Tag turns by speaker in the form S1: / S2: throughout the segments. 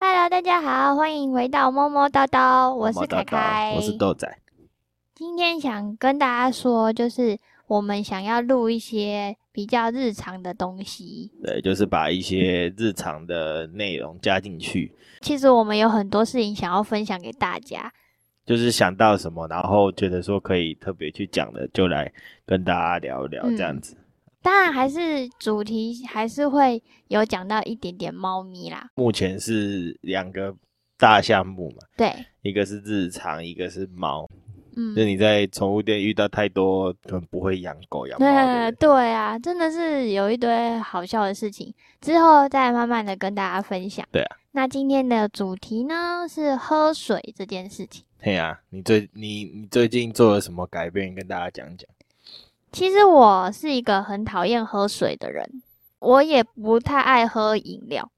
S1: 大家好，欢迎回到摸摸叨叨，我是
S2: 毛
S1: 凯
S2: 大
S1: 凯，
S2: 大我是豆仔。
S1: 今天想跟大家说，就是我们想要录一些比较日常的东西。
S2: 对，就是把一些日常的内容加进去，
S1: 其实我们有很多事情想要分享给大家，
S2: 就是想到什么，然后觉得说可以特别去讲的，就来跟大家聊一聊
S1: 嗯
S2: 这样子。
S1: 当然还是主题还是会有讲到一点点猫咪啦。
S2: 目前是两个大项目嘛，
S1: 对，
S2: 一个是日常，一个是猫。
S1: 嗯
S2: 就，你在宠物店遇到太多可能不会养狗养猫的
S1: 那
S2: 人，
S1: 对啊，真的是有一堆好笑的事情，之后再慢慢的跟大家分享。
S2: 对啊，
S1: 那今天的主题呢是喝水这件事情。
S2: 嘿呀、你最你你最近做了什么改变？跟大家讲讲。
S1: 其实我是一个很讨厌喝水的人，我也不太爱喝饮料，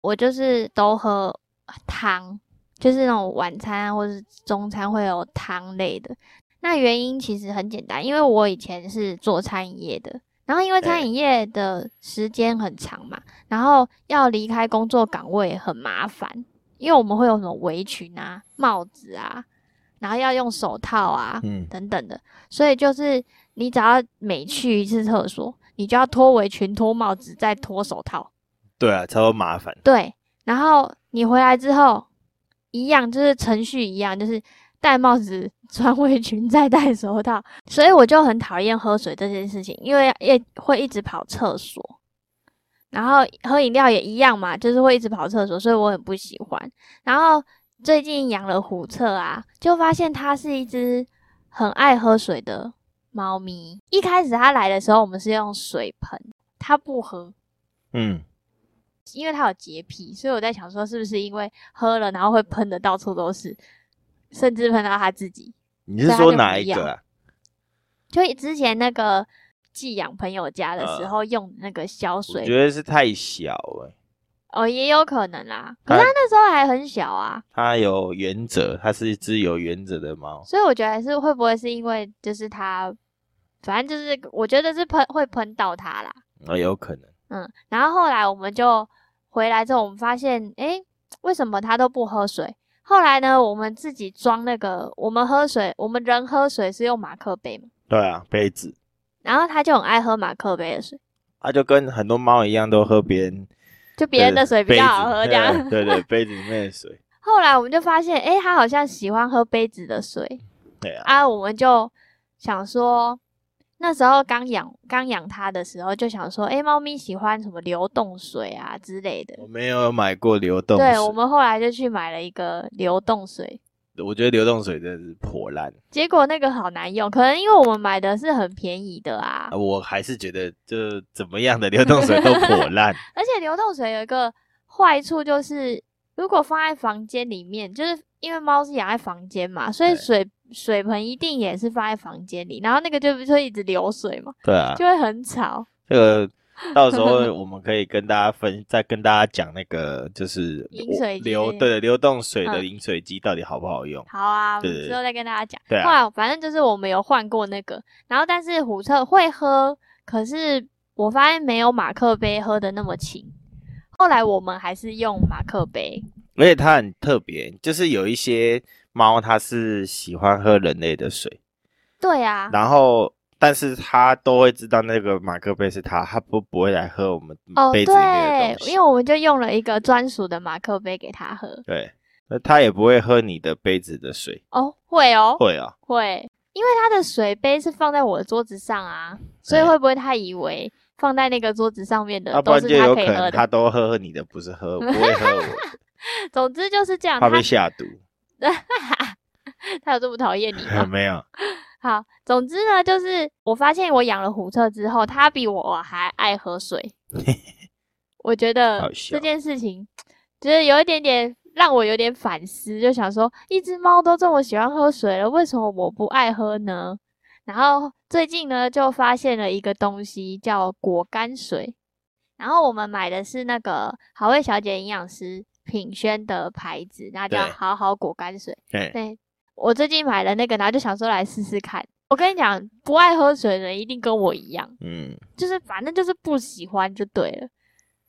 S1: 我就是都喝汤，就是那种晚餐啊或是中餐会有汤类的。那原因其实很简单，因为我以前是做餐饮业的，然后因为餐饮业的时间很长嘛，然后要离开工作岗位很麻烦，因为我们会有什么围裙啊、帽子啊，然后要用手套啊，
S2: 嗯，
S1: 等等的。所以就是你只要每去一次厕所，你就要脱围裙、脱帽子，再脱手套。
S2: 对啊，超麻烦。
S1: 对，然后你回来之后，一样就是程序一样，就是戴帽子、 穿围裙、再戴手套。所以我就很讨厌喝水这件事情，因为也会一直跑厕所。然后喝饮料也一样嘛，就是会一直跑厕所，所以我很不喜欢。然后最近养了虎彻啊，就发现它是一只很爱喝水的猫咪。一开始它来的时候，我们是用水盆，它不喝，
S2: 嗯，
S1: 因为它有洁癖，所以我在想说，是不是因为喝了，然后会喷的到处都是，甚至喷到它自己。
S2: 你是
S1: 所以他就
S2: 说
S1: 不
S2: 哪一
S1: 要
S2: 个啊？
S1: 就之前那个寄养朋友家的时候用那个消
S2: 呃我
S1: 水，
S2: 觉得是太小了、欸
S1: 哦，也有可能啦。可是它
S2: 它
S1: 那时候还很小啊。
S2: 它有原则，它是一只有原则的猫。
S1: 所以我觉得是会不会是因为就是它，反正就是我觉得是喷会喷到它啦，
S2: 啊，有可能，
S1: 嗯。然后后来我们就回来之后，我们发现，诶，为什么它都不喝水？后来呢，我们自己装那个，我们喝水，我们人喝水是用马克杯嘛，
S2: 对啊，杯子，
S1: 然后它就很爱喝马克杯的水，
S2: 它就跟很多猫一样，都喝别人
S1: 就别人的水比
S2: 杯
S1: 较
S2: 子
S1: 好喝这样。
S2: 对对，对杯子里面的水，
S1: 后来我们就发现，诶，它好像喜欢喝杯子的水，
S2: 对啊，
S1: 啊，我们就想说，那时候刚养刚养它的时候，就想说，诶，猫咪喜欢什么流动水啊之类的。
S2: 我没有买过流动水，
S1: 对，我们后来就去买了一个流动水，
S2: 我觉得流动水真的是破烂、
S1: 结果那个好难用，可能因为我们买的是很便宜的啊
S2: 啊，，我还是觉得就怎么样的流动水都 破烂，
S1: 而且流动水有一个坏处就是，如果放在房间里面，就是因为猫是养在房间嘛，所以
S2: 对
S1: 水水盆一定也是放在房间里，然后那个就就会一直流水嘛，
S2: 对啊，
S1: 就会很吵。
S2: 这个到时候我们可以跟大家分，再跟大家讲那个就是
S1: 饮水机
S2: 流对流动水的
S1: 嗯
S2: 饮水机到底好不好用？
S1: 好啊，我们
S2: 对对
S1: 之后再跟大家讲。
S2: 对啊
S1: 后来反正就是我们有换过那个，然后但是虎彻会喝，可是我发现没有马克杯喝的那么勤。后来我们还是用马克杯，
S2: 而且它很特别，就是有一些猫它是喜欢喝人类的水，
S1: 对啊，
S2: 然后但是它都会知道那个马克杯是它，它不不会来喝我们
S1: 哦
S2: 杯子里面的
S1: 对，
S2: 东西，
S1: 因为我们就用了一个专属的马克杯给他喝。
S2: 对，那它也不会喝你的杯子的水，
S1: 哦，会哦，
S2: 会啊、
S1: 会，因为他的水杯是放在我的桌子上啊，所以
S2: 对
S1: 会不会他以为放在那个桌子上面
S2: 哦，
S1: 的
S2: 哎要不
S1: 都
S2: 然
S1: 是
S2: 就
S1: 他可
S2: 有可
S1: 以喝
S2: 能它
S1: 的？
S2: 都喝喝你的，不是喝，不会 喝我的，
S1: 总之就是这样，
S2: 怕
S1: 他
S2: 被下 毒，
S1: 他有这么讨厌你吗？
S2: 没有，
S1: 好，总之呢，就是我发现我养了虎彻之后，它比我还爱喝 水。我觉得
S2: 好笑
S1: 这件事情就是有一点点让我有点反思，就想说，一只猫都这么喜欢喝水了，为什么我不爱喝呢？然后最近呢，就发现了一个东西叫果干水，然后我们买的是那个好味小姐营养师品轩的牌子，那叫
S2: 对
S1: 好好果干水。
S2: 对，
S1: 对，我最近买了那个，然后就想说来试试看。我跟你讲，不爱喝水的人一定跟我一样，
S2: 嗯，
S1: 就是反正就是不喜欢就对了。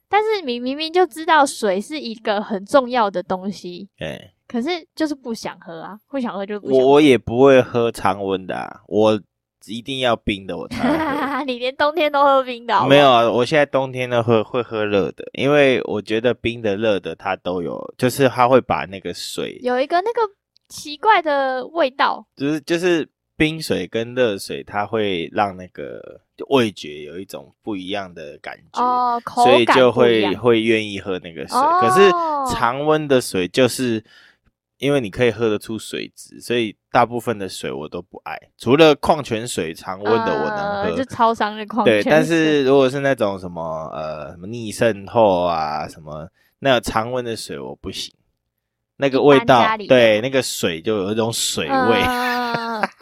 S1: 但是你明明就知道水是一个很重要的东西，
S2: 哎、
S1: 可是就是不想喝啊，不想喝就不想
S2: 我
S1: 喝。
S2: 我也不会喝常温的、啊，我一定要冰的我才会喝。
S1: 你连冬天都喝冰的好不好
S2: 没有，啊，我现在冬天呢会会喝热的，因为我觉得冰的、热的它都有，就是它会把那个水，
S1: 有一个那个奇怪的味道，
S2: 就是就是冰水跟热水，它会让那个味觉有一种不一样的感觉，
S1: 哦，口
S2: 所以
S1: 感
S2: 就
S1: 不一
S2: 会
S1: 样
S2: 会愿意喝那个水。可是
S1: 哦
S2: 常温的水就是。因为你可以喝得出水质，所以大部分的水我都不爱，除了矿泉水常温的我能喝，
S1: 呃就超商的矿
S2: 对，
S1: 泉水。
S2: 但是如果是那种什么呃什么逆渗透啊，什么那个常温的水我不行，那个味
S1: 一般
S2: 道
S1: 家里，的
S2: 对，那个水就有一种水味。
S1: 嗯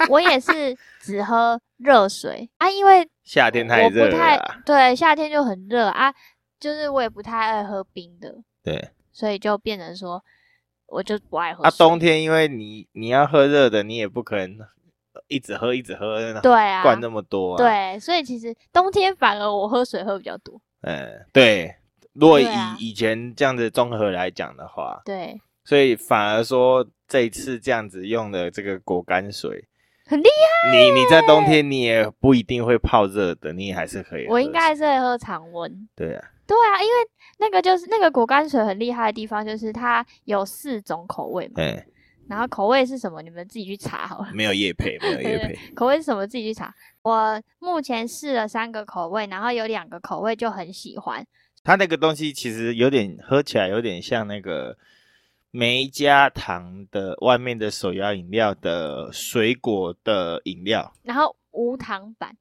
S1: 我也是只喝热水啊，因为
S2: 夏天太
S1: 我
S2: 热
S1: 不
S2: 了啊
S1: 太
S2: 啦，
S1: 对夏天就很热啊，就是我也不太爱喝冰的，
S2: 对。
S1: 所以就变成说我就不爱喝
S2: 啊，
S1: 水
S2: 冬天因为你你要喝热的，你也不可能一直喝一直喝，那
S1: 对啊，
S2: 灌那么多、啊。，
S1: 对，所以其实冬天反而我喝水喝比较多。
S2: 嗯，对。如果以、
S1: 对啊
S2: 以前这样子综合来讲的话，
S1: 对，
S2: 所以反而说这一次这样子用的这个果干水
S1: 很厉
S2: 你你在冬天你也不一定会泡热的，你也还是可以喝水。
S1: 害，我应该还是会喝常温。
S2: 对啊，
S1: 对啊，因为那个就是那个果干水很厉害的地方，就是它有四种口味嘛。
S2: 哎，
S1: 然后口味是什么，你们自己去查好了。
S2: 没有叶配，没有叶配，
S1: 口味是什么，自己去查。我目前试了三个口味，然后有两个口味就很喜欢。
S2: 它那个东西其实有点喝起来有点像那个没加糖的外面的手摇饮料的水果的饮料，
S1: 然后无糖版，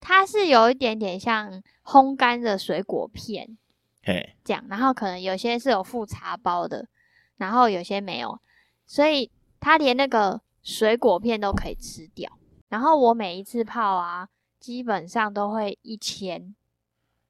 S1: 它是有一点点像烘干的水果片
S2: 嘿，
S1: 这样，然后可能有些是有附茶包的，然后有些没有，所以它连那个水果片都可以吃掉。然后我每一次泡啊，基本上都会一千，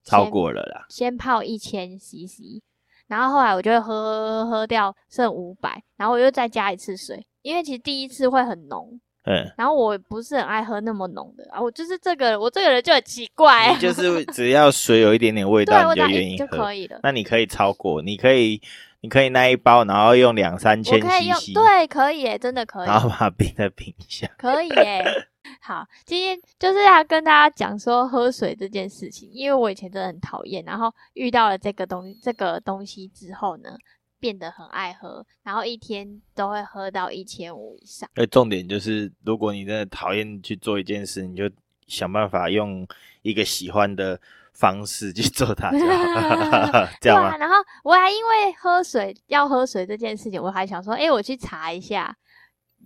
S2: 超
S1: 先
S2: 过了啦。
S1: 先泡一千 CC，然后后来我就会喝喝喝掉剩五百，然后我又再加一次水，因为其实第一次会很浓，
S2: 嗯，
S1: 然后我不是很爱喝那么浓的啊，我就是这个我这个人就很奇怪，
S2: 你 就是只要水有一点点味
S1: 哎对
S2: 道，
S1: 我只
S2: 你
S1: 要
S2: 愿
S1: 一
S2: 意
S1: 就
S2: 喝
S1: 可。以了，
S2: 那你可以超过，你可以你可以那一包，然后用两三
S1: 我
S2: 千
S1: 可以用
S2: CC，
S1: 对，可以耶，真的可以，
S2: 然后把它冰在冰 箱。
S1: 可以耶。好，今天就是要跟大家讲说喝水这件事情，因为我以前真的很讨厌，然后遇到了这个东这个东西之后呢，变得很爱喝，然后一天都会喝到一千五以上。
S2: 呃，重点就是，如果你真的讨厌去做一件事，你就想办法用一个喜欢的方式去做它就好， 这
S1: 对
S2: 样
S1: 啊，
S2: 吗？
S1: 然后我还因为喝水要喝水这件事情，我还想说，哎、我去查一下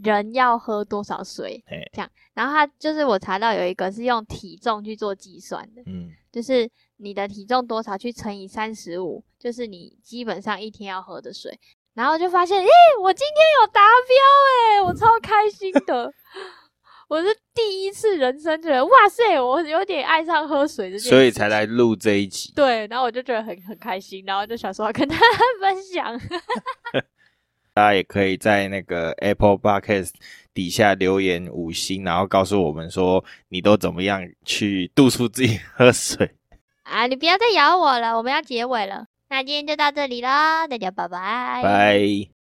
S1: 人要喝多少水
S2: 嘿，
S1: 这样。然后他就是我查到有一个是用体重去做计算的，
S2: 嗯，
S1: 就是你的体重多少去乘以三十五，就是你基本上一天要喝的水。然后就发现，诶、我今天有达标、诶，我超开心的。 我是第一次人生觉得，哇塞，我有点爱上喝水这件事情，
S2: 所以才来录这一集。
S1: 对，然后我就觉得很很开心，然后就想说要跟大家 分享。
S2: 大家也可以在那个 Apple Podcast 底下留言五星，然后告诉我们说你都怎么样去 度数自己喝水。
S1: 啊，你不要再咬我了，我们要结尾了。那今天就到这里啦，大家拜拜。
S2: 拜。